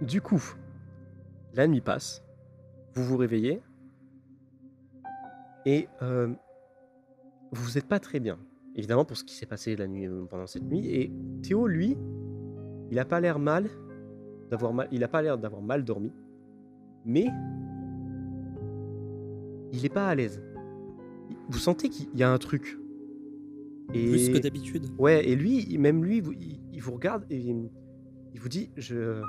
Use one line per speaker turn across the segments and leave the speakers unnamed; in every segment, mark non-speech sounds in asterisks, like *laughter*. Du coup, la nuit passe, vous vous réveillez, et euh, vous n'êtes pas très bien, évidemment, pour ce qui s'est passé la nuit, euh, pendant cette nuit. Et Théo, lui, il n'a pas l'air mal, d'avoir mal, il a pas l'air d'avoir mal dormi, mais il n'est pas à l'aise. Vous sentez qu'il y a un truc. Et...
Plus que d'habitude.
Ouais, et lui, il- même lui, vous- il, il vous regarde et il, il vous dit Je.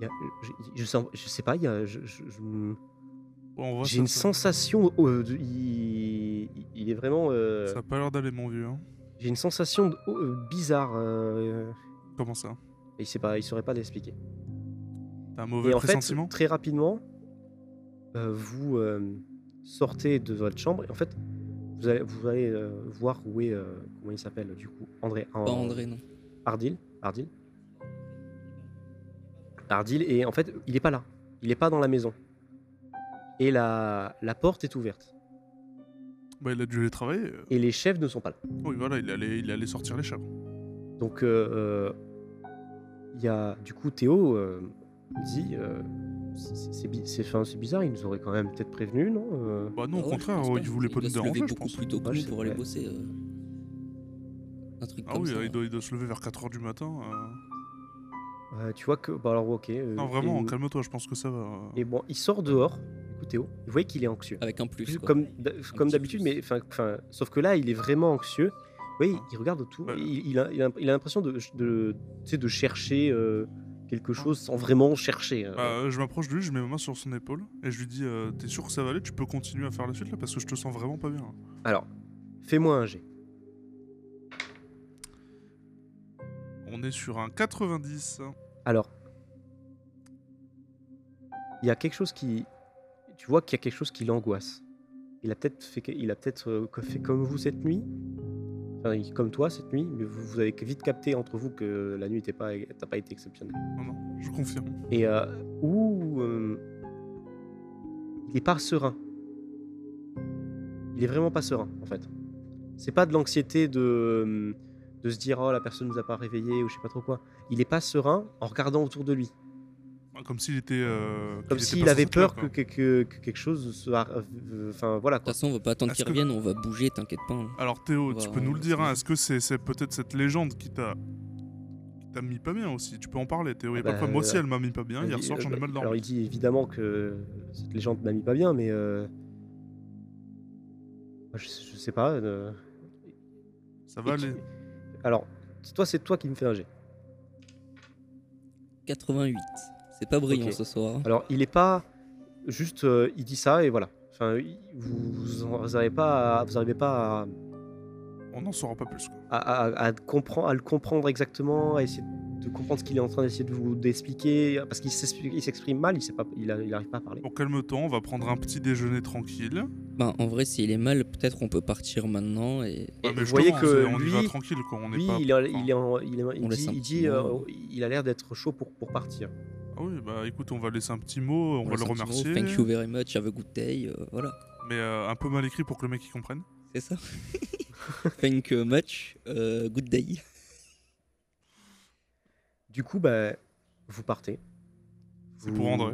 il y a- je, je sens- je sais pas, il y a- je- je- je-
Bon, en vrai,
j'ai
ça-
une
ça-
sensation. euh, de- il, il- il est vraiment. euh,
Ça a pas l'air d'aller, mon vieux. hein.
j'ai une sensation de- oh, euh, bizarre. euh,
Comment ça
et il sait pas, il saurait pas l'expliquer.
T'as un mauvais
et en fait,
pressentiment
très rapidement, euh, vous euh, sortez de votre chambre et en fait, vous allez, vous allez euh, voir où est, euh, comment il s'appelle du coup, André. en-
Pas Bah, André, non.
Ardil. Ardil. Ardil, et en fait, il n'est pas là. Il n'est pas dans la maison. Et la, la porte est ouverte.
Bah, il a dû aller travailler. euh.
Et les chefs ne sont pas là.
Oui, voilà, il allait, il allait sortir les chats.
Donc, euh, euh, il y a, du coup, Théo euh, dit euh, c'est- c'est- c'est bi- c'est enfin, c'est bizarre, ils nous auraient quand même peut-être prévenu, non Euh,
Bah, non,
Bah
au
ouais,
contraire,
je pense
euh, il voulait pas nous
doit se lever
déranger, je
beaucoup
pense.
plus tôt que
Ouais,
nous
c'est
pour aller
vrai.
bosser. euh, Un truc
Ah
comme
oui,
ça.
euh, il, doit, il doit se lever vers 4h du matin. euh.
euh, Tu vois que. Bah, alors, ok. euh,
Non, vraiment,
et-
calme-toi, je pense que ça va. euh.
Et bon, il sort dehors, du coup, Théo. Vous voyez qu'il est anxieux.
Avec un plus.
Plus
quoi.
comme d'a- comme
petit
d'habitude,
plus. Hein.
mais enfin, enfin, sauf que là, il est vraiment anxieux. Oui, il regarde autour.
Bah,
il, il a, il a- il a l'impression de, de, tu sais, de chercher euh,
Hein.
quelque chose sans vraiment chercher. euh.
Bah, euh, je m'approche de lui, je mets ma main sur son épaule et je lui dis euh, T'es sûr que ça va aller Tu peux continuer à faire la suite là parce que je te sens vraiment pas bien. hein.
Alors, fais-moi un jet.
On est sur un hein. 90.
Alors, il y a quelque chose qui, tu vois qu'il y a quelque chose qui l'angoisse. Il a peut-être fait, que- il a peut-être euh, co- fait comme vous cette nuit, enfin, il- comme toi cette nuit, mais vous, vous avez vite capté entre vous que la nuit n'était pas, n'a pas été exceptionnelle.
Non, non, je confirme.
et euh, où euh, il est pas serein. Il est vraiment pas serein en fait. C'est pas de l'anxiété de euh, de se dire oh la personne nous a pas réveillé ou je sais pas trop quoi. Il est pas serein en regardant autour de lui,
Ah, Comme s'il était. euh, qu'il
comme
était
s'il
pas
avait
censé être là,
peur que,
quoi.
que, que- que quelque chose se har- euh, enfin voilà
De
quoi.
toute façon, on va pas attendre
Est-ce
qu'il
que-
revienne, on va bouger, t'inquiète pas. hein.
Alors Théo,
Bah,
tu peux
on
nous le
va
dire, hein,
se-
est-ce que c'est c'est peut-être cette légende qui t'a qui t'a mis pas bien aussi Tu peux en parler, Théo. Y a
Ah
pas de
bah,
problème. Moi aussi,
euh,
elle m'a mis pas bien. Hier
Il-
soir, j'en ai
euh,
mal
Alors
dormi.
il dit évidemment que cette légende m'a mis pas bien, mais euh, je, je sais pas. euh,
Ça va
et qui-
aller.
Alors toi c'est toi qui me fais un jet.
88. C'est pas brillant
Ok.
ce soir.
Alors, il n'est pas juste, euh, il dit ça et voilà. Enfin, il- vous vous en- vous n'arrivez pas, à, vous arrivez pas
On n'en saura pas plus. quoi.
à, à- à- à comprendre, à le comprendre exactement, à essayer de comprendre ce qu'il est en train d'essayer de vous d'expliquer, parce qu'il s'explique- il s'exprime mal, il sait pas, il a- il arrive pas à parler.
Bon, calme-toi, on va prendre un petit déjeuner tranquille. Ah,
Bah, en vrai, s'il est mal, peut-être on peut partir maintenant et.
Et
Ouais, mais
vous voyez
justement,
que
c'est- on y va
lui,
tranquille, quoi. On n'est
lui,
pas.
il, est-
enfin,
il est en- il est- il
On laisse
dit,
un
il,
petit
dit,
mot.
euh, il a l'air d'être chaud pour, pour partir.
Ah oui, bah écoute, on va laisser un petit mot, on, va
laisse
le
un petit mot,
remercier.
Thank you very much, have a good day. euh, voilà.
Mais euh, un peu mal écrit pour que le mec il comprenne.
C'est ça. *laughs* Thank you much. euh, good day.
Du coup, bah, vous partez.
C'est
Vous-
pour André.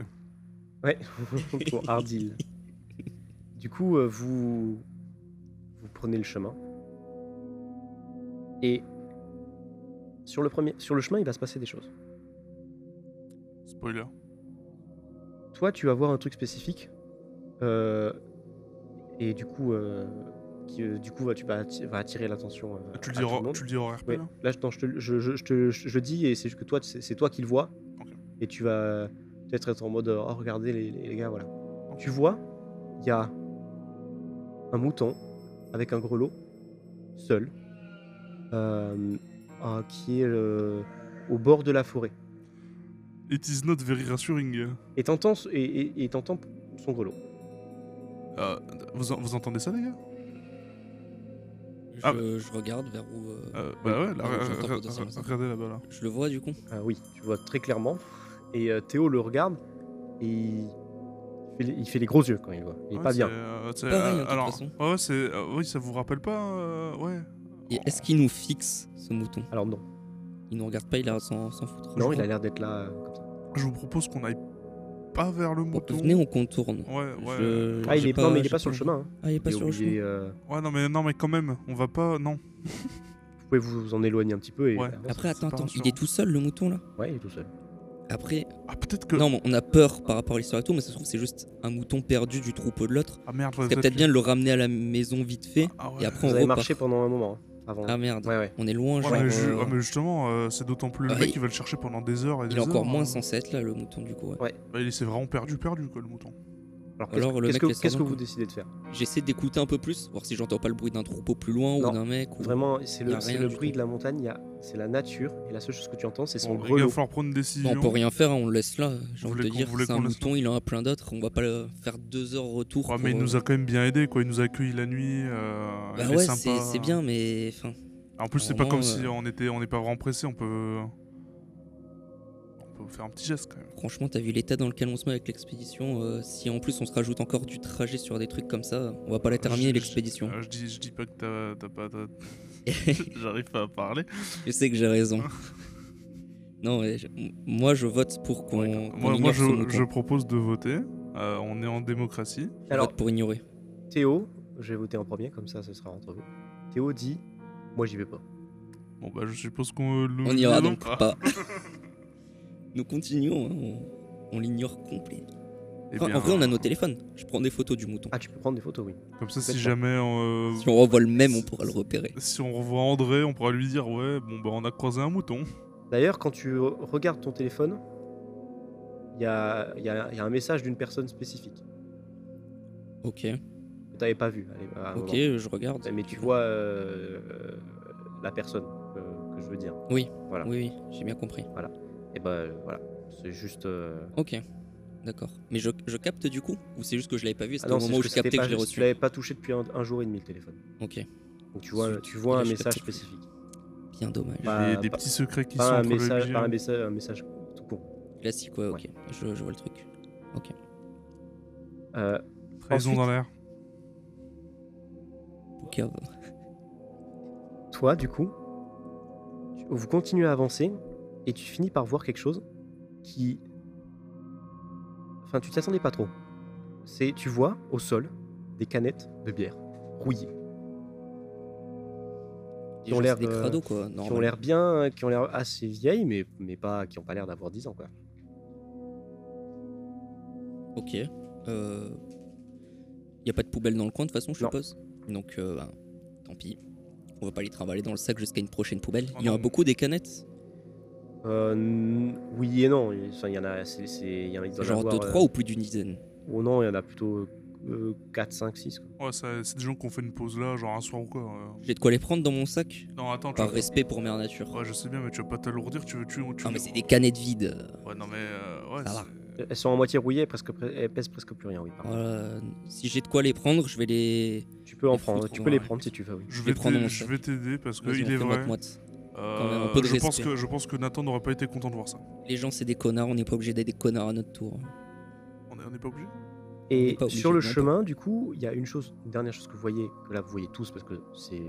Ouais, *laughs* pour Ardil. Du coup, euh, vous vous prenez le chemin. Et sur le premier sur le chemin, il va se passer des choses.
Spoiler.
Toi, tu vas voir un truc spécifique. euh, et du coup, euh, qui, euh, du coup, va- tu vas atti- va attirer l'attention. euh,
Ah, Tu le
à
dis,
tout le
au-
monde.
tu le dis au RP
Ouais,
là
Là, je, non, je, te, le- je, je- je te- je- je dis et c'est juste que toi, c'est c'est toi qui le vois.
Ok.
Et tu vas peut-être être en mode euh, oh regardez les, les- les gars voilà. Tu vois, il y a un mouton avec un grelot seul euh, euh, qui est euh, au bord de la forêt.
It is not very rassuring.
Et t'entends ce- et, et- et t'entends son grelot.
Euh, vous, en- vous entendez ça, les gars
Je,
Ah.
je regarde vers où. euh,
Euh, Bah ouais, là,
Oui,
re-
j'entends
re-
potentiellement ça.
regardez là-bas là.
Je le vois du coup.
Ah oui, tu vois très clairement. Et euh, Théo le regarde et il fait les, il fait les gros yeux quand il le voit. Il est
Ouais,
pas bien.
c'est, euh, c'est,
Pareil, hein,
euh,
de toute
alors,
façon.
ouais, c'est, euh, oui, ça vous rappelle pas euh, Ouais.
Et est-ce qu'il nous fixe ce mouton
Alors non,
Il nous regarde pas, il a sans, sans foutre.
non, il
je
a
crois.
l'air d'être là euh, comme ça.
Je vous propose qu'on aille pas vers le mouton.
Venez, on contourne.
Ouais, ouais.
Je-
Ah, il
j'ai
est pas, mais il est
j'ai
pas sur le chemin. hein.
Ah, il est pas
Il est
sur le chemin.
obligé, euh,
Ouais, non, mais, non, mais quand même, on va pas. Non.
vous pouvez vous vous en éloigner un petit peu et.
Ouais.
avancer.
Après, attends,
pas
attends, il
rassurant.
est tout seul le mouton là
Ouais, il est tout seul.
Après,
Ah, peut-être que.
non, mais on a peur par rapport à l'histoire et tout, mais ça se trouve, c'est juste un mouton perdu du troupeau de l'autre.
Ah merde,
C'est peut-être bien de le ramener à la maison vite fait,
Ah ouais.
et après
Vous
on
avez
repart.
marché pendant un moment hein, avant.
Ah merde,
Ouais, ouais.
on est loin,
Ouais,
genre.
mais, ju-
euh,
ah, mais justement, euh, c'est d'autant plus le
Ah,
mec
il-
qui va le chercher pendant des heures et des
Il est
heures.
encore moins
euh.
censé être là, le mouton, du coup. ouais.
Bah, il s'est vraiment perdu, perdu, quoi, le mouton.
Alors,
Alors,
qu'est-ce-
le
qu'est-ce
mec
que,
laisse
qu'est-ce que
tomber,
vous
quoi.
décidez de faire
J'essaie d'écouter un peu plus, voir si j'entends pas le bruit d'un troupeau plus loin
Non,
ou d'un mec. Ou...
Vraiment, c'est
Y
le,
a
c'est
rien
le
du
bruit
tout.
de la montagne, il y a- c'est la nature, et la seule chose que tu entends, c'est son
Bon, les gars, il
grelot.
va falloir prendre une décision.
Bon, on peut rien faire, hein, on le laisse là. J'ai envie
Vous voulez
de
qu'on-
dire,
vous voulez
c'est un
qu'on laisse
mouton, il en a plein d'autres. On va pas le faire deux heures retour.
Ouais, mais il
pour,
nous
euh,
a quand même bien aidé, quoi. Il nous a accueillis la nuit. euh,
Bah
il est
ouais,
sympa.
c'est c'est bien, mais. Enfin,
En plus, c'est pas
Vraiment,
comme
euh,
si on était, on n'est pas vraiment pressé. On peut, on peut faire un petit geste quand même.
franchement, t'as vu l'état dans lequel on se met avec l'expédition. euh, si en plus on se rajoute encore du trajet sur des trucs comme ça, on va pas la terminer
Je- je-
l'expédition.
euh, Je dis, je dis pas que t'as- t'as *laughs*
*laughs*
pas. t'as- J'arrive pas à parler.
Je sais que j'ai
*laughs*
raison. non, mais je- m- moi je vote pour qu'on. qu'on
Moi, moi
ignore ce
je,
mouton.
je propose de voter. Euh, on est en démocratie.
Je
Alors,
vote pour ignorer.
Théo, je vais voter en premier, comme ça, ce sera entre vous. Théo dit Moi, j'y vais pas.
Bon, bah, je suppose qu'on. le-
On ira
non, Ah,
donc pas.
pas. *laughs*
Nous continuons, hein, on, on l'ignore complet.
Eh
Enfin,
bien,
en vrai, on a nos téléphones. Je prends des photos du mouton.
Ah, tu peux prendre des photos, oui.
Comme ça, si
Peut-être.
jamais. euh,
Si on revoit le même, on pourra le repérer.
Si on revoit André, on pourra lui dire ouais, bon bah on a croisé un mouton.
D'ailleurs, quand tu re- regardes ton téléphone, il y a, il y a- il y a un message d'une personne spécifique
Ok,
que t'avais pas vu. Allez, à un
ok,
moment.
je regarde.
Mais tu vois euh, euh, la personne euh, que je veux dire. voilà.
Oui, oui, j'ai bien compris.
Et ben euh, voilà, c'est juste. euh,
Ok, d'accord. Mais je, je capte du coup Ou c'est juste que je l'avais pas vu
ah
C'était
non,
au
c'est
moment où
juste
je
que c'était
captais que
pas
je l'ai
juste-
reçu
tu l'avais pas touché depuis un, un jour et demi le téléphone.
Ok,
Donc tu vois,
Zut,
tu vois un
je l'ai
message
capté.
spécifique.
bien dommage.
Bah,
Il y a des
pas-
petits secrets qui sont
Pas un
entre le
message,
MJ,
pas un
hein.
message, un message tout con.
Classique, ouais, ok. Je, je vois le truc.
Euh,
Trahison
Ensuite-
dans l'air.
Poucave.
toi, du coup, tu- vous continuez à avancer et tu finis par voir quelque chose qui. Enfin, tu t'attendais pas trop. C'est, tu vois au sol des canettes de bière rouillées,
Des
ont
gens,
l'air
c'est des
de-
crados, quoi.
qui ont
normal.
l'air bien, qui ont l'air assez vieilles, mais, mais pas, qui ont pas l'air d'avoir 10 ans, quoi.
Ok. Euh... Y a pas de poubelle dans le coin de toute façon, je
Non.
suppose. Donc, euh, bah, tant pis. On va pas les travailler dans le sac jusqu'à une prochaine poubelle.
Oh
Il y en a
non.
beaucoup des canettes.
Euh, n- oui et non. Il enfin, il y en a, c'est, c'est- il y en a, il doit y en
Genre
avoir,
deux,
euh,
trois ou plus d'une dizaine.
oh non, il y en a plutôt euh, 4, 5, 6.
Ouais, ça- c'est des gens qui ont fait une pause là, genre un soir ou quoi. euh.
J'ai de quoi les prendre dans mon sac
Non, attends, tu
Par
vas-
respect pour Mère Nature.
Ouais, je sais bien, mais tu vas pas t'alourdir, tu veux tu, tu-
non, mais c'est des canettes vides.
Ouais, non, mais. euh, ouais,
Ça va.
c'est-
Elles sont à moitié rouillées, presque, pre- elles pèsent presque plus rien, oui. pardon.
Voilà. Euh, Si j'ai de quoi les prendre, je vais les.
Tu peux en
Elles
prendre,
foutent,
tu
on
peux les
va-
prendre si tu veux, oui.
Je
vais
vais
prendre
t'aider-
mon
je
sac.
vais t'aider parce que
Vas-y, on
il
fait
est vrai.
moite-moite.
euh,
Quand même, un peu de
je, pense
respect.
que, je pense que Nathan n'aurait pas été content de voir ça.
Les gens, c'est des connards. On n'est pas obligé d'être des connards à notre tour.
On est, on est pas obligé
On n'est
Et
pas obligé
sur le
de mentir.
chemin, du coup, il y a une chose, une dernière chose que vous voyez, que là vous voyez tous parce que c'est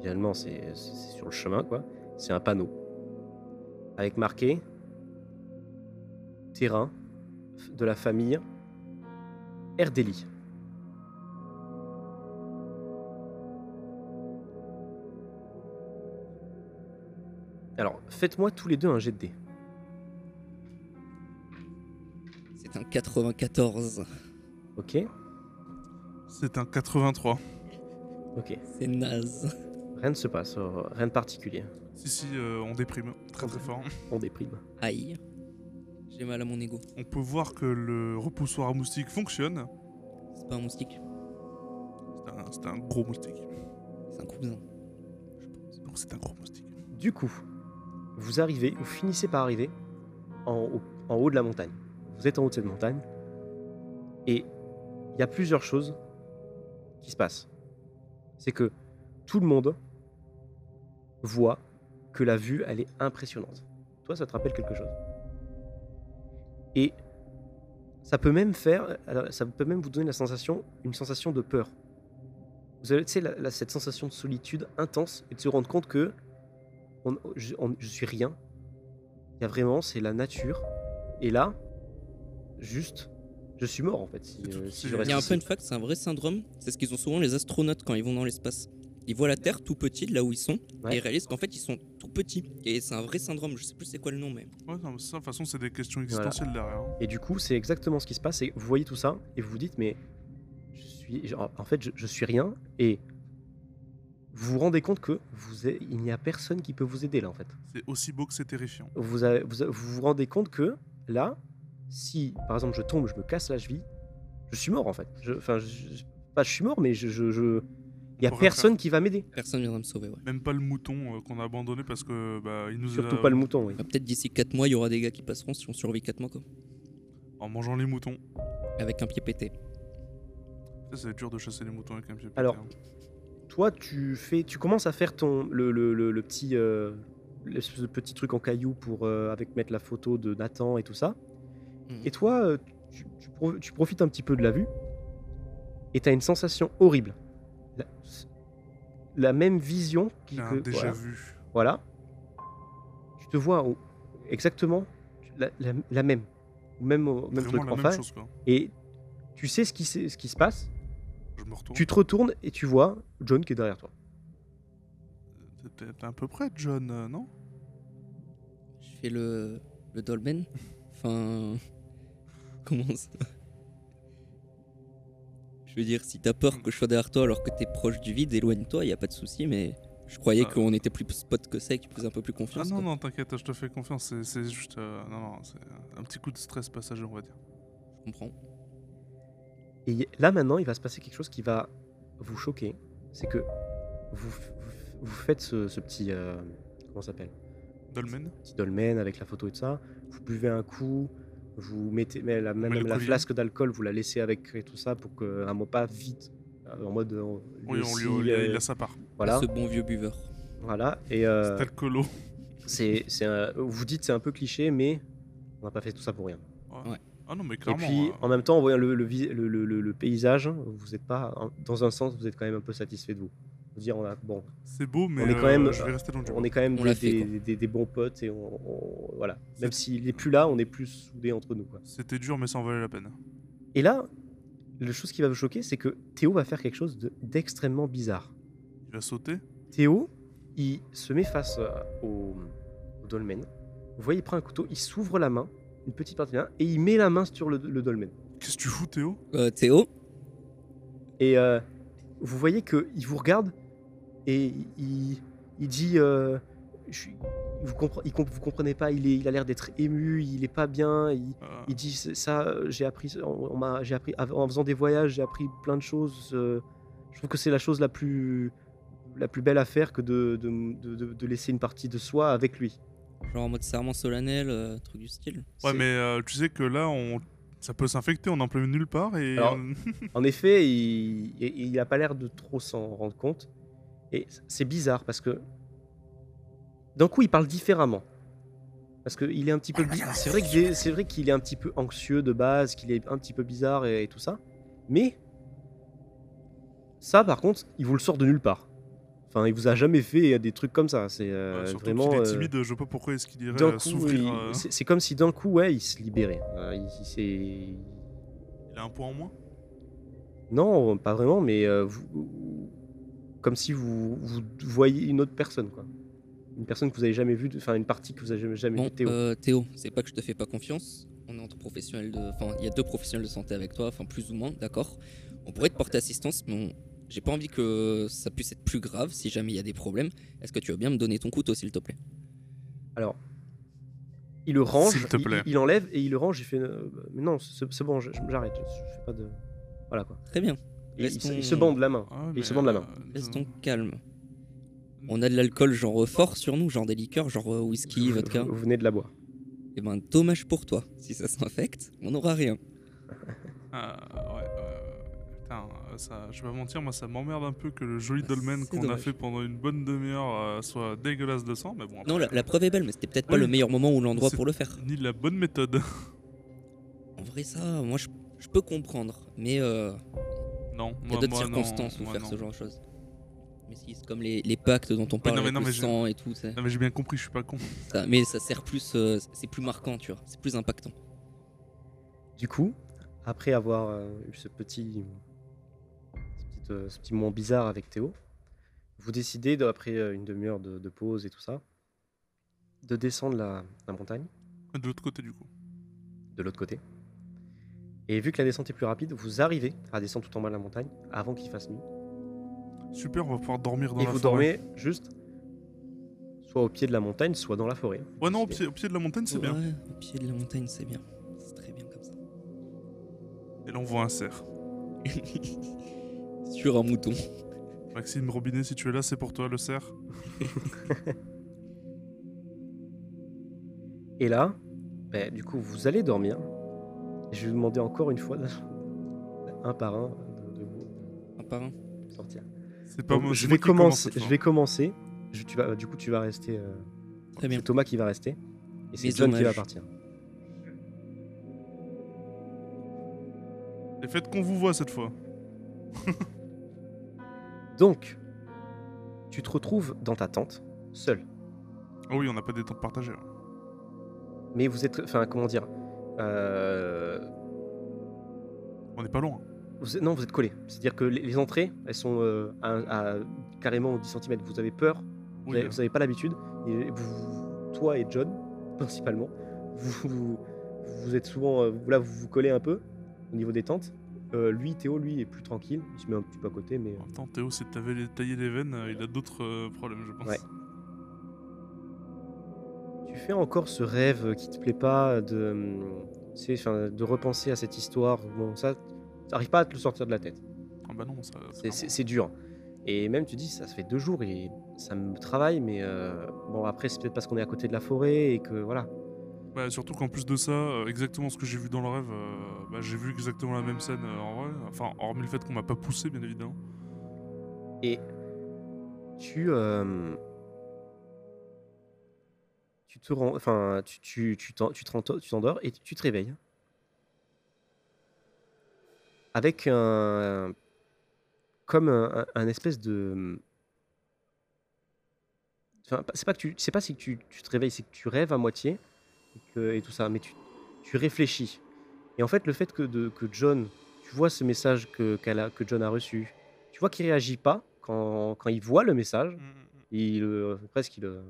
finalement c'est c'est- c'est sur le chemin quoi. C'est un panneau avec marqué terrain f- de la famille Erdeli. Alors, faites-moi tous les deux un jet de dés.
C'est un 94.
Ok
C'est un 83.
Ok.
C'est naze.
Rien ne se passe, euh, rien de particulier.
Si, si, euh, on déprime. Très, très fort.
On déprime.
Aïe. J'ai mal à mon ego.
On peut voir que le repoussoir à moustiques fonctionne.
C'est pas un moustique,
C'est un- C'est un, gros moustique.
c'est un cousin.
Donc, c'est un gros moustique.
Du coup, vous arrivez, vous finissez par arriver en haut, en haut de la montagne. Vous êtes en haut de cette montagne et il y a plusieurs choses qui se passent. C'est que tout le monde voit que la vue, elle est impressionnante. Toi, ça te rappelle quelque chose. Et ça peut même faire, alors, ça peut même vous donner la sensation, une sensation de peur. Vous avez, tu sais, la- la- cette sensation de solitude intense et de se rendre compte que on- je, on- je suis rien. Il y a vraiment, c'est la nature Et là, juste, je suis mort en fait. Si,
C'est tout-
euh,
c'est-
si je
Il
reste
Il y a un
ici.
fun fact, c'est un vrai syndrome. C'est ce qu'ils ont souvent les astronautes quand ils vont dans l'espace. Ils voient la Terre tout petite là où ils sont
Ouais.
et ils réalisent qu'en fait ils sont tout petits. Et c'est un vrai syndrome. Je sais plus c'est quoi le nom, mais
Ouais, non, mais ça, de toute façon, c'est des questions
Voilà.
existentielles derrière. hein.
Et du coup, c'est exactement ce qui se passe. Et vous voyez tout ça et vous vous dites, mais je suis, je- en fait, je, je suis rien. Et vous vous rendez compte que vous êtes- il n'y a personne qui peut vous aider là, en fait.
C'est aussi beau que c'est terrifiant.
Vous, avez- vous avez- vous vous rendez compte que là, si par exemple je tombe, je me casse la cheville, je suis mort en fait. Je- Enfin, je, je- pas je suis mort, mais je, je- je- il n'y a
On peut rien
personne qui va m'aider.
personne viendra me sauver. Ouais.
Même pas le mouton euh, qu'on a abandonné parce que bah, il nous
Surtout
a...
pas le mouton, oui.
Bah, Peut-être d'ici 4 mois, il y aura des gars qui passeront si on survit 4 mois quoi.
En mangeant les moutons.
Avec un pied pété.
Ça, c'est dur de chasser les moutons avec un pied. pété,
Alors,
hein.
toi tu fais tu commences à faire ton le, le- le- le petit euh, l'espèce de petit truc en caillou pour euh, avec mettre la photo de Nathan et tout ça
Mhm.
et toi euh, tu, tu pro- tu profites un petit peu de la vue et t'as une sensation horrible la, la même vision qui,
Il a
que-
un déjà
voilà,
vu.
Voilà. tu te vois au- exactement la, la- la même même au- même
Vraiment
truc
la
en
même
face
chose, quoi.
et tu sais ce qui, s'est- ce qui se passe
Je me retourne.
tu te retournes et tu vois John qui est derrière toi
T'es- T'es t'es un peu près, John, euh, non
Je fais le, le dolmen. Enfin. Comment ça Je veux dire, si t'as peur que je sois derrière toi alors que t'es proche du vide, éloigne-toi, y a pas de souci, mais je croyais
Ah.
qu'on était plus spot que ça et que tu faisais un peu plus
Ah
confiance.
non,
quoi.
non, t'inquiète, je te fais confiance. c'est- C'est juste. euh, non, non, c'est un petit coup de stress passager, on va dire.
Je comprends.
Et y- là maintenant, il va se passer quelque chose qui va vous choquer. C'est que vous, f- vous f- vous faites ce, ce petit... euh, comment ça s'appelle
Dolmen
Petit dolmen avec la photo et tout ça. Vous buvez un coup, vous mettez mais la, même,
met le
la
collier.
flasque d'alcool, vous la laissez avec et tout ça pour qu'un mot pas vite. euh, En mode... euh,
Oui, on
aussi,
lui, on lui-
euh,
il a sa part.
voilà,
Ce bon vieux buveur.
voilà. Et euh,
C'est alcoolo.
c'est, c'est un- vous dites c'est un peu cliché, mais on n'a pas fait tout ça pour rien.
Ah non, mais
Et
clairement.
puis,
euh,
en même temps, en voyant le, le vis- le- le- le- le paysage, vous n'êtes pas, en- dans un sens, vous êtes quand même un peu satisfait de vous. Vous dire, on a, bon,
C'est beau, mais
est quand
euh,
même-
je vais rester dans le
on
jeu.
est quand même des,
On l'a fait,
des-
quoi.
des- des bons potes et on, on- voilà. Même
C'est-
s'il n'est plus là, on est plus soudés entre nous. Quoi.
C'était dur, mais ça en valait la peine.
Et là, la chose qui va vous choquer, c'est que Théo va faire quelque chose de- d'extrêmement bizarre.
Il va sauter.
Théo, il se met face euh, au, au dolmen. Vous voyez, il prend un couteau, il s'ouvre la main, une petite partie de la main, et il met la main sur le, le dolmen.
Qu'est-ce que tu fous, Théo
Euh, Théo
Et euh, vous voyez qu'il vous regarde et il, il dit euh, je suis- vous, compre- il comp- vous comprenez pas, il, est, il a l'air d'être ému, il est pas bien, il,
Euh,
il dit C'est ça, euh, j'ai appris, ça- on, on m'a, j'ai appris av- en faisant des voyages, j'ai appris plein de choses. euh, je trouve que c'est la chose la plus, la plus belle à faire que de, de, de- de- de laisser une partie de soi avec lui.
Genre en mode serment solennel, euh, truc du style.
Ouais,
C'est-
mais euh, tu sais que là, on... ça peut s'infecter, on est en plein nulle part et.
Alors-
on-
En effet, il, il il a pas l'air de trop s'en rendre compte. Et c'est bizarre parce que d'un coup, il parle différemment. Parce qu'il est un petit peu. bi- C'est vrai que j'ai- c'est vrai qu'il est un petit peu anxieux de base, qu'il est un petit peu bizarre et, et tout ça. Mais ça, par contre, il vous le sort de nulle part. Enfin, il vous a jamais fait euh, des trucs comme ça. C'est euh,
Ouais, *laughs* surtout
vraiment.
qu'il est
euh,
timide, je vois pas pourquoi est-ce qu'il irait
d'un
euh,
coup,
s'ouvrir.
il-
euh,
c'est c'est comme si d'un coup, ouais, il se libérait. Euh, il- il s'est-
Il a un point en moins.
Non, pas vraiment, mais euh, vous- comme si vous, vous voyiez une autre personne, quoi. Une personne que vous avez jamais vue, de- enfin une partie que vous avez jamais, jamais
Bon,
vue, Théo.
euh, Théo, c'est pas que je te fais pas confiance. On est entre professionnels de. Enfin, il y a deux professionnels de santé avec toi, enfin, plus ou moins, d'accord. On pourrait te porter assistance, mais on- j'ai pas envie que ça puisse être plus grave si jamais il y a des problèmes. Est-ce que tu veux bien me donner ton couteau, s'il te plaît
Il le range,
S'il te
il-
plaît.
Il, il enlève et il le range. Il fait euh, mais non, c'est c'est bon, je- je- j'arrête, je, je fais pas de, voilà quoi.
Très bien.
Et
Laisse
il, se-
ton-
il se bande la main.
Ah,
il
mais,
se bande la main.
euh,
Reste
euh,
donc calme. On a de l'alcool genre euh, fort sur nous, genre des liqueurs, genre euh, whisky, vodka.
Vous, vous venez de la boire.
Et ben dommage pour toi. Si ça s'infecte, on n'aura rien.
Ah, ouais, euh, putain, euh, ça, je vais pas mentir, moi ça m'emmerde un peu que le joli
Bah,
dolmen
c'est
qu'on a
dommage.
fait pendant une bonne demi-heure euh, soit dégueulasse de sang, mais bon, après,
Non, la, la preuve est belle, mais c'était peut-être pas
Oui.
le meilleur moment ou l'endroit
C'est-
pour le faire.
ni la bonne méthode. *laughs*
En vrai, ça, moi, je, je peux comprendre. Mais euh,
non, moi,
Il y a d'autres
moi, non,
circonstances où
moi,
faire
non.
ce genre de choses. Mais si, c'est comme les, les pactes dont on parle
non, mais
avec
non,
le
mais je-
sang et tout. c'est-
Non, mais j'ai bien compris, je suis pas con. *laughs*
ça- mais ça sert plus, euh, c'est plus marquant, tu vois. C'est plus impactant.
Du coup, après avoir euh, eu ce petit, ce petit, euh, ce petit moment bizarre avec Théo, vous décidez, de- après euh, une demi-heure de, de pause et tout ça, de descendre la, la montagne
De l'autre côté, du coup.
de l'autre côté. Et vu que la descente est plus rapide, vous arrivez à descendre tout en bas de la montagne avant qu'il fasse nuit.
Super, on va pouvoir dormir dans
et
la
vous
forêt.
dormez juste soit au pied de la montagne, soit dans la forêt.
Ouais, non, au pied, au pied de la montagne, c'est bien.
Ouais, au pied de la montagne, c'est bien. C'est très bien comme ça. *laughs*
Et là, on voit un cerf.
Sur un mouton.
Maxime Robinet, si tu es là, c'est pour toi, le cerf.
Et là, ben, du coup, vous allez dormir. Et je vais vous demander encore une fois, un par un, de, de vous
Un par un.
sortir.
C'est pas
Donc,
moi.
je,
c'est
vais
moi qui commence
commencer,
cette
je
fois.
vais commencer. Je- tu vas, du coup, tu vas rester. euh,
Très bien.
c'est Thomas qui va rester. Et c'est
Mais
John qui va
dommage.
partir.
Et faites qu'on vous voit cette fois.
Donc, tu te retrouves dans ta tente, seul.
Ah oui, on n'a pas des temps partagés. hein.
Mais vous êtes. Enfin, comment dire euh,
On n'est pas loin.
vous êtes- Non, vous êtes collés. C'est-à-dire que les, les entrées, elles sont euh, à, à carrément 10 cm. Vous avez peur, vous
Oui,
avez-
euh,
vous n'avez pas l'habitude. Et vous- toi et John, *laughs* principalement, vous, vous, vous êtes souvent. euh, vous- Là, vous vous collez un peu au niveau des tentes. Euh, lui, Théo, lui, est plus tranquille. Il se met un petit peu à côté, mais. euh.
En même temps, Théo, si t'avais les- taillé les veines, euh, il a d'autres euh, problèmes, je pense.
Ouais. Tu fais encore ce rêve qui te plaît pas de, hum, tu sais, 'fin, de repenser à cette histoire. Bon, ça, t'arrives pas à te le sortir de la tête.
Ah bah non, ça.
C'est- C'est c'est dur. Et même tu dis, ça, ça fait deux jours et ça me travaille, mais euh, bon, après, c'est peut-être parce qu'on est à côté de la forêt et que voilà.
Bah, surtout qu'en plus de ça, euh, exactement ce que j'ai vu dans le rêve, euh, bah, j'ai vu exactement la même scène euh, en vrai. Enfin, hormis le fait qu'on m'a pas poussé, bien évidemment.
Et tu. euh, tu te rends. Enfin, tu, tu, tu, t'en- tu te rends- tu t'endors et tu te réveilles. Avec un. Comme un, un- un espèce de. Enfin, pas- c'est pas que tu. C'est pas si tu, tu te réveilles, c'est que tu rêves à moitié et, que- et tout ça, mais tu, tu réfléchis. Et en fait, le fait que, de, que John. Tu vois ce message que, qu'elle a, que John a reçu. Tu vois qu'il réagit pas quand, quand il voit le message il euh, presque il, euh,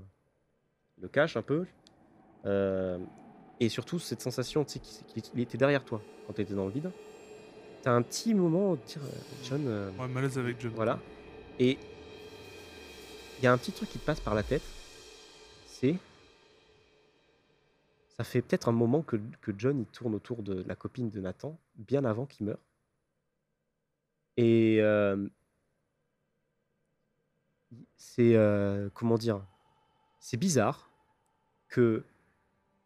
il le cache un peu. Euh, et surtout cette sensation tu sais, qu'il qu'il était derrière toi quand tu étais dans le vide. T'as un petit moment de dire euh, John, euh,
Ouais, malaise avec John.
voilà. Et il y a un petit truc qui te passe par la tête. C'est ça fait peut-être un moment que, que John il tourne autour de la copine de Nathan bien avant qu'il meure. Et euh, c'est euh, comment dire C'est bizarre que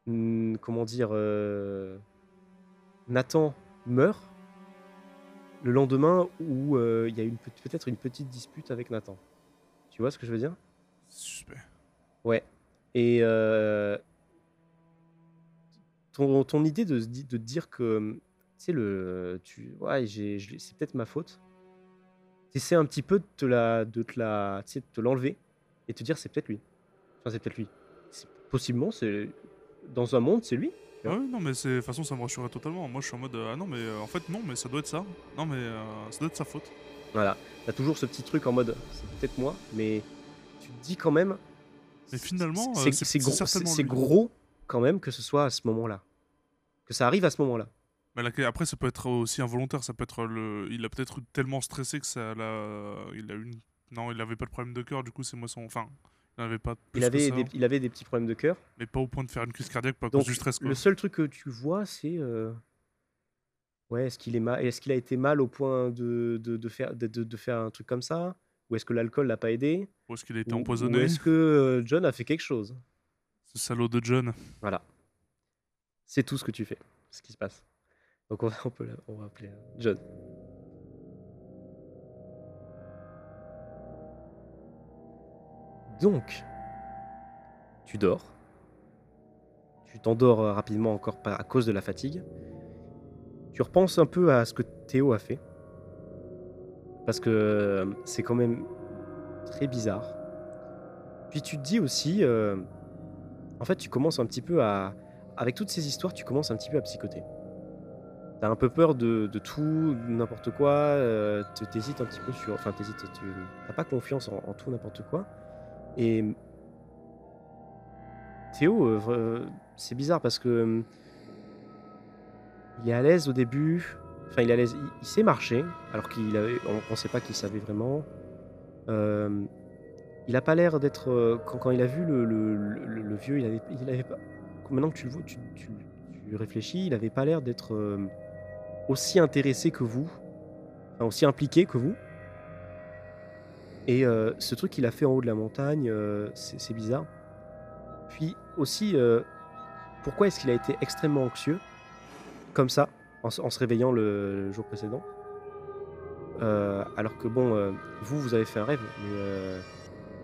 hmm, comment dire euh, Nathan meurt le lendemain où euh, il y a une pe- peut-être une petite dispute avec Nathan. Tu vois ce que je veux dire
Super.
Ouais. Et euh, ton, ton idée de, se di- de te dire que tu sais le tu ouais j'ai- je l'ai- c'est peut-être ma faute. T'essaies un petit peu de te la de te la tu sais, de te l'enlever et te dire c'est peut-être lui. Enfin c'est peut-être lui. C'est- Possiblement c'est dans un monde c'est lui.
Ah oui, non, mais c'est- de toute façon, ça me rassurait totalement. Moi, je suis en mode, euh, ah non, mais euh, en fait, non, mais ça doit être ça. Non, mais euh, ça doit être sa faute.
Voilà. T'as toujours ce petit truc en mode c'est peut-être moi mais tu te dis quand même
Mais finalement,
c'est
euh, c'est-
c'est
c'est
gros, c'est-
certainement
c'est
lui.
gros quand même que ce soit à ce moment-là. Que ça arrive à ce moment-là.
Mais la- après, ça peut être aussi involontaire. Ça peut être le. Il a peut-être eu tellement stressé que ça l'a. Il a eu une. Non, il avait pas de problème de cœur. Du coup, c'est moi son. Enfin, il n'avait pas. plus
Il
que
avait,
ça, hein.
des, il avait des petits problèmes de cœur.
Mais pas au point de faire une crise cardiaque pas à
Donc,
cause du stress. Quoi.
Le seul truc que tu vois, c'est. euh, Ouais, est-ce qu'il est ma- est-ce qu'il a été mal au point de, de, de faire, de, de- de faire un truc comme ça Ou est-ce que l'alcool l'a pas aidé
Ou est-ce qu'il a été
Ou-
empoisonné
Ou est-ce que euh, John a fait quelque chose
Ce salaud de John.
Voilà. C'est tout ce que tu fais, ce qui se passe. Donc on *laughs* va, on peut la- on va appeler euh, John. Donc, tu dors. Tu t'endors euh, rapidement encore par- à cause de la fatigue. Tu repenses un peu à ce que Théo a fait. Parce que euh, c'est quand même très bizarre. Puis tu te dis aussi... euh, en fait, tu commences un petit peu à. Avec toutes ces histoires, tu commences un petit peu à psychoter. T'as un peu peur de, de tout, de n'importe quoi, euh, t- t'hésites un petit peu sur. Enfin, t'hésites, tu- t'as pas confiance en, en tout, n'importe quoi. Et. hum, Théo, euh, vra- c'est bizarre parce que. euh, Il est à l'aise au début. Enfin, il est à l'aise. Il, il sait marcher, alors qu'il avait. On pensait pas qu'il savait vraiment. Euh, il a pas l'air d'être. euh, Quand, quand il a vu le, le- le- le vieux, il avait, il avait pas. Maintenant que tu le vois, tu, tu- tu réfléchis, il avait pas l'air d'être euh, aussi intéressé que vous, enfin, aussi impliqué que vous. Et euh, ce truc qu'il a fait en haut de la montagne, euh, c'est c'est bizarre. Puis aussi, euh, pourquoi est-ce qu'il a été extrêmement anxieux, comme ça, en, se- en se réveillant le, le jour précédent Euh, Alors que bon, euh, vous, vous avez fait un rêve, mais. euh,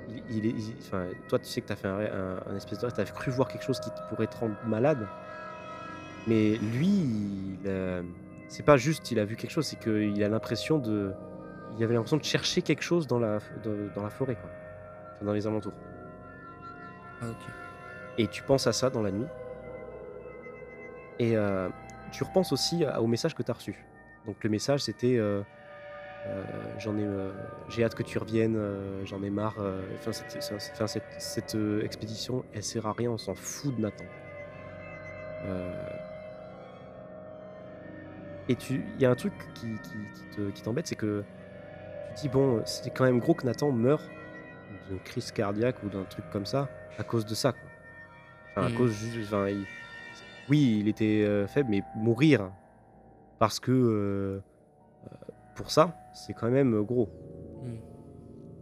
il, il est, il- enfin, toi, tu sais que tu as fait un, ré- un- un espèce de rêve, tu cru voir quelque chose qui te pourrait te rendre malade. Mais lui, il, euh, c'est pas juste, il a vu quelque chose, c'est qu'il a l'impression de. Il avait l'impression de chercher quelque chose dans la, de- dans la forêt, quoi. Enfin, dans les alentours.
Ah, ok.
Et tu penses à ça dans la nuit. Et euh, tu repenses aussi à- au message que tu as reçu. Donc le message c'était euh, euh, j'en ai euh, j'ai hâte que tu reviennes, euh, j'en ai marre. euh, Enfin cette, ça- ça- enfin, cette, cette, euh, expédition elle sert à rien, on s'en fout de Nathan. Euh, Et tu il y a un truc qui, qui- qui te- qui t'embête, c'est que tu te dis bon c'est quand même gros que Nathan meure d'une crise cardiaque ou d'un truc comme ça à cause de ça. Quoi. Enfin,
Mhm.
à cause juste, enfin, il- oui il était euh, faible mais mourir parce que euh, euh, pour ça, c'est quand même euh, gros.
Mm.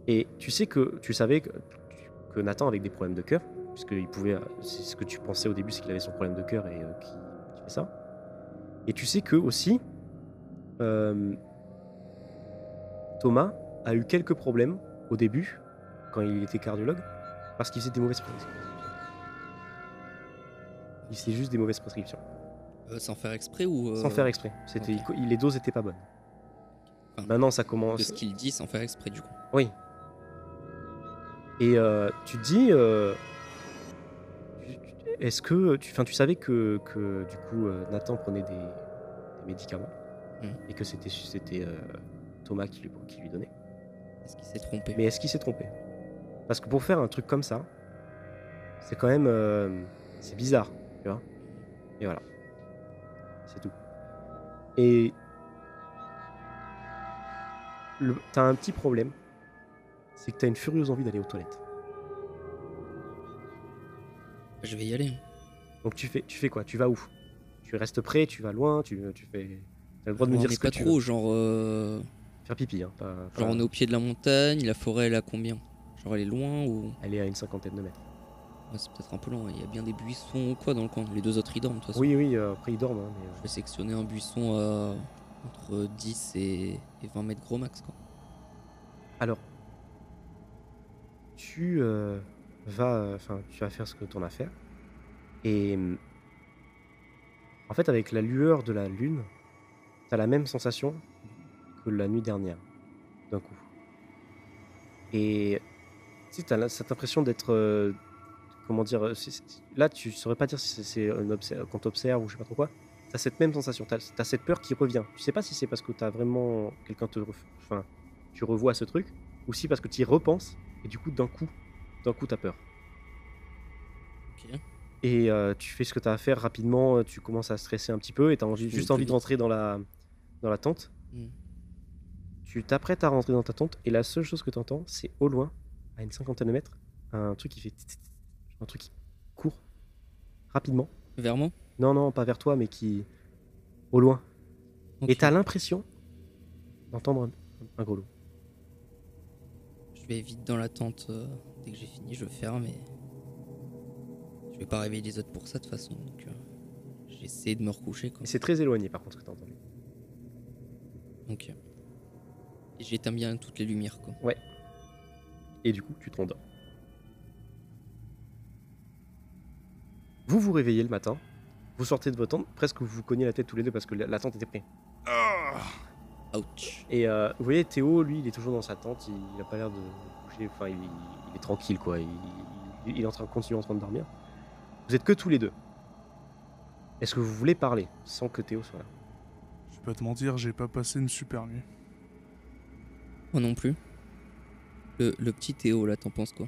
Et tu sais que tu savais que, que Nathan avait des problèmes de cœur, puisqu'il pouvait. C'est ce que tu pensais au début, c'est qu'il avait son problème de cœur et euh, qu'il qu'il fait ça. Et tu sais que aussi, euh, Thomas a eu quelques problèmes au début, quand il était cardiologue, parce qu'il faisait des mauvaises prescriptions. Il faisait juste des mauvaises prescriptions,
Euh, sans faire exprès ou. euh,
sans faire exprès. C'était,
ok. Ah.
il- les doses n'étaient pas bonnes.
Enfin,
Maintenant, ça
De
commence.
ce qu'il dit sans faire exprès, du coup.
Oui. Et euh, tu te dis, euh, tu- tu- est-ce que tu, 'fin, tu savais que, que du coup euh, Nathan prenait des, des médicaments
Mhm.
et que c'était c'était euh, Thomas qui lui, qui lui donnait.
Est-ce qu'il s'est trompé
Mais est-ce qu'il s'est trompé Parce que pour faire un truc comme ça, c'est quand même euh, c'est bizarre, tu vois. Et voilà, c'est tout. Et le- t'as un petit problème, c'est que t'as une furieuse envie d'aller aux toilettes.
Je vais y aller. hein.
Donc tu fais, tu fais quoi Tu vas où Tu restes près, tu vas loin, tu, tu fais. T'as le droit de me
On
dire
est
ce que
pas
tu
trop, genre. euh,
veux. Faire pipi, hein. pas- pas-
Genre, on est au pied de la montagne, la forêt, elle a combien Genre, elle est loin ou.
Elle est à une cinquantaine de mètres.
Ouais, c'est peut-être un peu loin, il y a bien des buissons ou quoi dans le coin. Les deux autres, ils dorment, de toute façon.
Oui, oui. euh, après ils dorment, hein, mais. euh,
Je vais sectionner un buisson à entre 10 et, et 20 mètres gros max, quoi.
Alors, tu euh, vas, enfin, tu vas faire ce que ton as à faire. Et hum, en fait, avec la lueur de la lune, t'as la même sensation que la nuit dernière, d'un coup. Et tu sais, t'as la- cette impression d'être, euh, comment dire, euh, c'est- c'est- là, tu saurais pas dire si c'est- c'est un obser- quand t'observes ou je sais pas trop quoi. T'as cette même sensation, t'as as cette peur qui revient. Tu sais pas si c'est parce que t'as vraiment quelqu'un te, ref- enfin, tu revois ce truc, ou si parce que tu y repenses, et du coup, d'un coup, d'un coup, t'as peur.
Ok.
Et euh, tu fais ce que t'as à faire rapidement, euh, tu commences à stresser un petit peu, et t'as envie,
Mmh,
juste
très
envie de
vite.
rentrer dans la, dans la tente.
Mmh.
Tu t'apprêtes à rentrer dans ta tente, et la seule chose que t'entends, c'est au loin, à une cinquantaine de mètres, un truc qui fait... tit, tit, tit, Un truc qui court rapidement.
Vers moi
Non, non, pas vers toi, mais qui... Au loin.
Ok.
Et t'as l'impression d'entendre un, un gros loup.
Je vais vite dans la tente. euh, dès que j'ai fini, je ferme et. Je vais pas réveiller les autres pour ça, de toute façon. Donc, euh, j'essaie de me recoucher, quoi.
Et c'est très éloigné, par contre, ce que t'as entendu.
Donc. euh, et J'éteins bien toutes les lumières, quoi.
et du coup tu te rendors. Vous vous réveillez le matin, vous sortez de votre tente, presque vous vous cognez la tête tous les deux parce que la, la tente était prête.
Ah
Ouch.
Et euh, vous voyez Théo, lui, il est toujours dans sa tente, il, il a pas l'air de bouger, enfin il, il est tranquille quoi, il, il- il est en train de continuer en train de dormir. Vous êtes que tous les deux. Est-ce que vous voulez parler sans que Théo soit là
peux pas te mentir, j'ai pas passé une super nuit.
Moi non plus. Le, le petit Théo, là, t'en penses quoi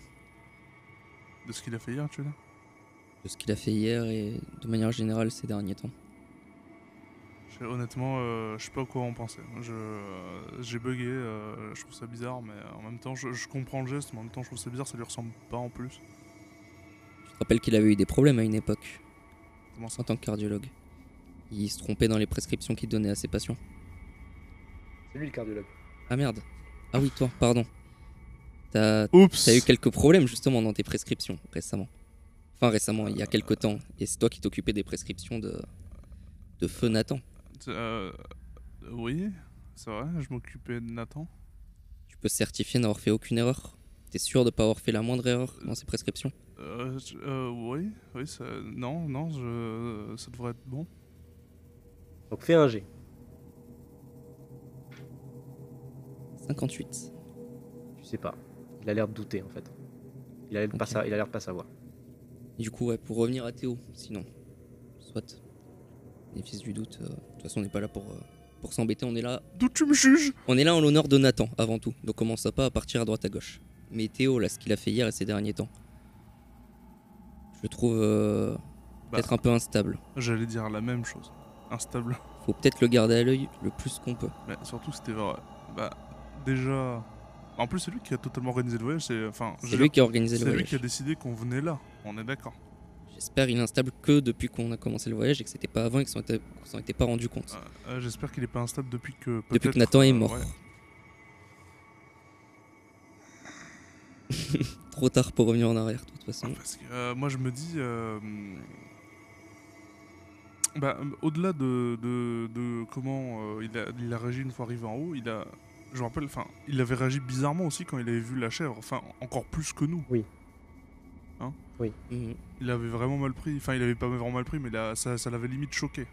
De ce qu'il a fait hier, tu veux dire
De ce qu'il a fait hier et de manière générale ces derniers temps.
Je- Honnêtement, euh, je sais pas quoi en penser. Je, euh, j'ai bugué, euh, je trouve ça bizarre, mais en même temps, je, je comprends le geste, mais en même temps, je trouve ça bizarre, ça lui ressemble pas en plus.
Je te rappelle qu'il avait eu des problèmes à une époque,
Comment ça
en tant que cardiologue. Il se trompait dans les prescriptions qu'il donnait à ses patients.
C'est lui le cardiologue.
Ah merde Ah oui, toi, pardon. T'as
Oups
T'as eu quelques problèmes justement dans tes prescriptions récemment. Enfin récemment, il y a quelques temps. Et c'est toi qui t'occupais des prescriptions de, de feu Nathan.
Euh, oui, c'est vrai, je m'occupais de Nathan.
Tu peux certifier n'avoir fait aucune erreur. T'es sûr de pas avoir fait la moindre erreur dans ces prescriptions
Euh, je- euh, oui, oui, ça, non, non, je, ça devrait être bon.
Donc fais un G.
58.
Tu sais pas. Il a l'air de douter en fait. Il a l'air de, pas,
Ok.
sa- il a l'air de pas savoir.
Du coup, ouais, pour revenir à Théo, sinon, soit. Les fils du doute, euh, de toute façon, on n'est pas là pour, euh, pour s'embêter, on est là.
D'où tu me juges
On est là en l'honneur de Nathan avant tout, donc commence à pas à partir à droite à gauche. Mais Théo, là, ce qu'il a fait hier et ces derniers temps, je le trouve euh,
Bah.
peut-être un peu instable.
J'allais dire la même chose. Instable.
faut peut-être le garder à l'œil le plus qu'on peut.
Mais surtout, c'était vrai. Bah, déjà. En plus, c'est lui qui a totalement organisé le voyage. C'est enfin, je
C'est
veux
lui
dire,
qui a organisé
c'est
le
lui
voyage.
qui a décidé qu'on venait là. On est d'accord.
J'espère il est instable que depuis qu'on a commencé le voyage et que c'était pas avant et qu'ils s'en étaient- qu'on s'en était pas rendu compte.
Euh, euh, J'espère qu'il est pas instable depuis que.
depuis
peut-être,
que Nathan est
euh,
mort.
ouais.
*laughs* Trop tard pour revenir en arrière, de toute façon.
Parce que euh, moi, je me dis. euh, bah, euh, au-delà de, de, de comment euh, il, a, il a réagi une fois arrivé en haut, il a. Je me rappelle, enfin, il avait réagi bizarrement aussi quand il avait vu la chèvre. Enfin, encore plus que nous.
Mhm.
Il avait vraiment mal pris. Enfin, il avait pas vraiment mal pris, mais là, ça, ça l'avait limite choqué.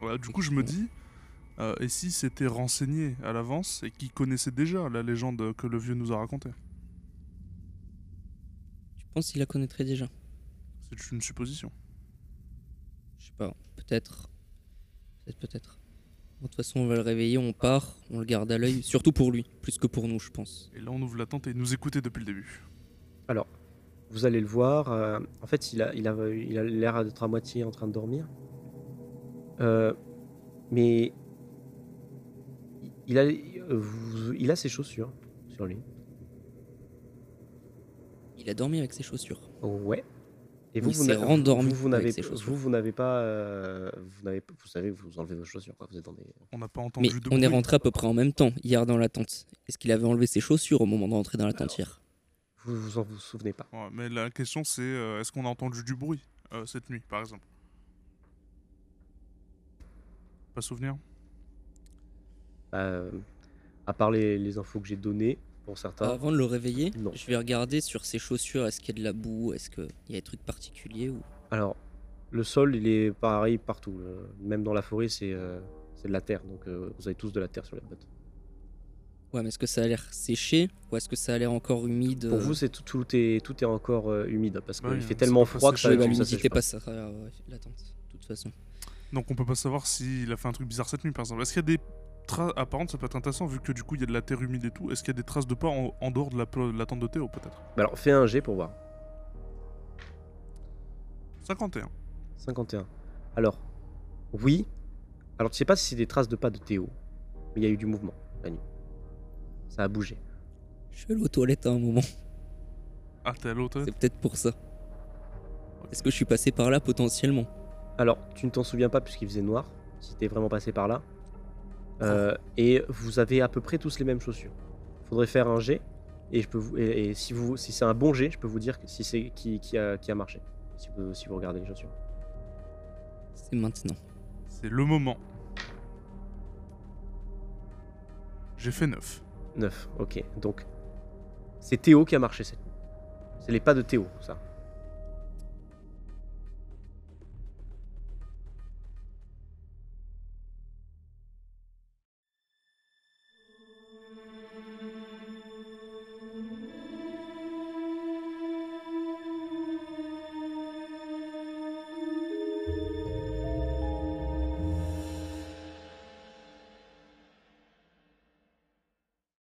Voilà, du coup, je me dis, euh, et si c'était renseigné à l'avance et qu'il connaissait déjà la légende que le vieux nous a racontée
Je pense qu'il la connaîtrait déjà.
C'est une supposition.
Je sais pas, peut-être. Peut-être, peut-être. Bon, De toute façon, on va le réveiller, on part, on le garde à l'œil, surtout pour lui, plus que pour nous, je pense.
Et là, on ouvre la tente et il nous écoutait depuis le début.
Vous allez le voir. euh, en fait, il a il a il a l'air d'être à moitié en train de dormir. Euh, mais il a euh, vous- il a ses chaussures sur lui.
Il a dormi avec ses chaussures.
Ouais. Et
Il
vous, vous
s'est
n'avez-
rendormi
vous, vous
avec
n'avez
ses chaussures.
vous, vous n'avez pas, euh, vous n'avez, vous savez, vous enlevez vos chaussures, quoi. Vous êtes dans des-
On n'a pas
Mais
entendu de
on
bruit.
est rentré à peu près en même temps, hier dans la tente. Est-ce qu'il avait enlevé ses chaussures au moment de rentrer dans la tente hier
vous vous en vous souvenez pas.
Ouais, mais la question, c'est euh, est-ce qu'on a entendu du bruit euh, cette nuit, par exemple Pas souvenir
Euh, à part les, les infos que j'ai données pour certains.
Avant de le réveiller,
Non.
je vais regarder sur ses chaussures, est-ce qu'il y a de la boue, est-ce qu'il y a des trucs particuliers ou...
Alors, le sol, il est pareil partout. le- Même dans la forêt, c'est euh, c'est de la terre. Donc, euh, vous avez tous de la terre sur les bottes.
Ouais, mais est-ce que ça a l'air séché ou est-ce que ça a l'air encore humide
Pour
euh,
vous, c'est tout, tout est tout est encore euh, humide parce qu'il
Ouais,
fait
c'est
tellement
pas
froid que
facile.
ça,
ouais,
Ouais,
bah,
ça hein. sèche
l'humidité
pas.
passe à travers euh, la tente, de toute façon.
Donc on peut pas savoir s'il a fait un truc bizarre cette nuit par exemple. Est-ce qu'il y a des traces apparentes Ça peut être intéressant vu que du coup il y a de la terre humide et tout. Est-ce qu'il y a des traces de pas en, en dehors de la, pla- de la tente de Théo peut-être
Bah alors, fais un G pour voir.
51.
51. Alors, oui. Alors, tu sais pas si c'est des traces de pas de Théo, mais il y a eu du mouvement la nuit. Ça a bougé.
Je vais aller aux toilettes hein, à un moment,
Ah t'es à l'autre
c'est peut-être pour ça. Est-ce que je suis passé par là potentiellement
Alors, tu ne t'en souviens pas puisqu'il faisait noir, si t'es vraiment passé par là. Euh, et vous avez à peu près tous les mêmes chaussures. Faudrait faire un G, et je peux vous, et, et si vous, si c'est un bon G, je peux vous dire que- si c'est qui, qui a, qui a marché. Si vous, si vous regardez les chaussures.
C'est maintenant.
C'est le moment. J'ai fait 9.
9, ok. Donc, c'est Théo qui a marché cette nuit. C'est les pas de Théo, ça.